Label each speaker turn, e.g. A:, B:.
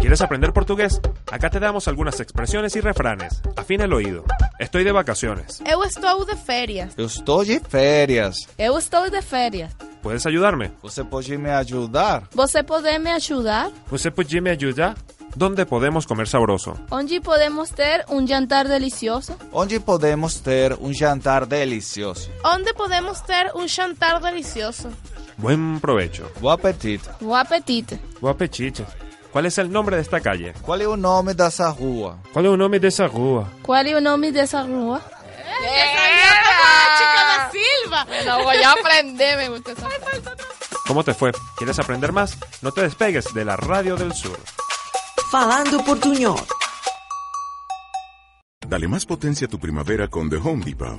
A: ¿Quieres aprender portugués? Acá te damos algunas expresiones y refranes. Afina el oído. Estoy de vacaciones.
B: Eu estou de férias.
C: Eu estou de férias.
B: Eu estou de férias.
A: ¿Puedes ayudarme?
C: Você pode me ajudar?
B: Você pode me ajudar?
A: ¿Usted puede me ayudar? ¿Dónde podemos comer sabroso?
B: Onde podemos ter um jantar delicioso?
C: Onde podemos ter um jantar delicioso?
B: Onde podemos ter um jantar delicioso?
A: Buen provecho.
C: Bom apetite.
B: Bom apetite.
A: Buen apetite. ¿Cuál es el nombre de esta calle?
C: Qual é o nome dessa rua?
A: ¿Cuál es el nombre de esa rúa?
B: Qual é o nome dessa rua? Não vou aprender, me gusta essa.
A: ¿Cómo te fue? ¿Quieres aprender más? No te despegues de la radio del sur.
D: Falando Portuñol.
E: Dale más potencia a tu primavera con The Home Depot.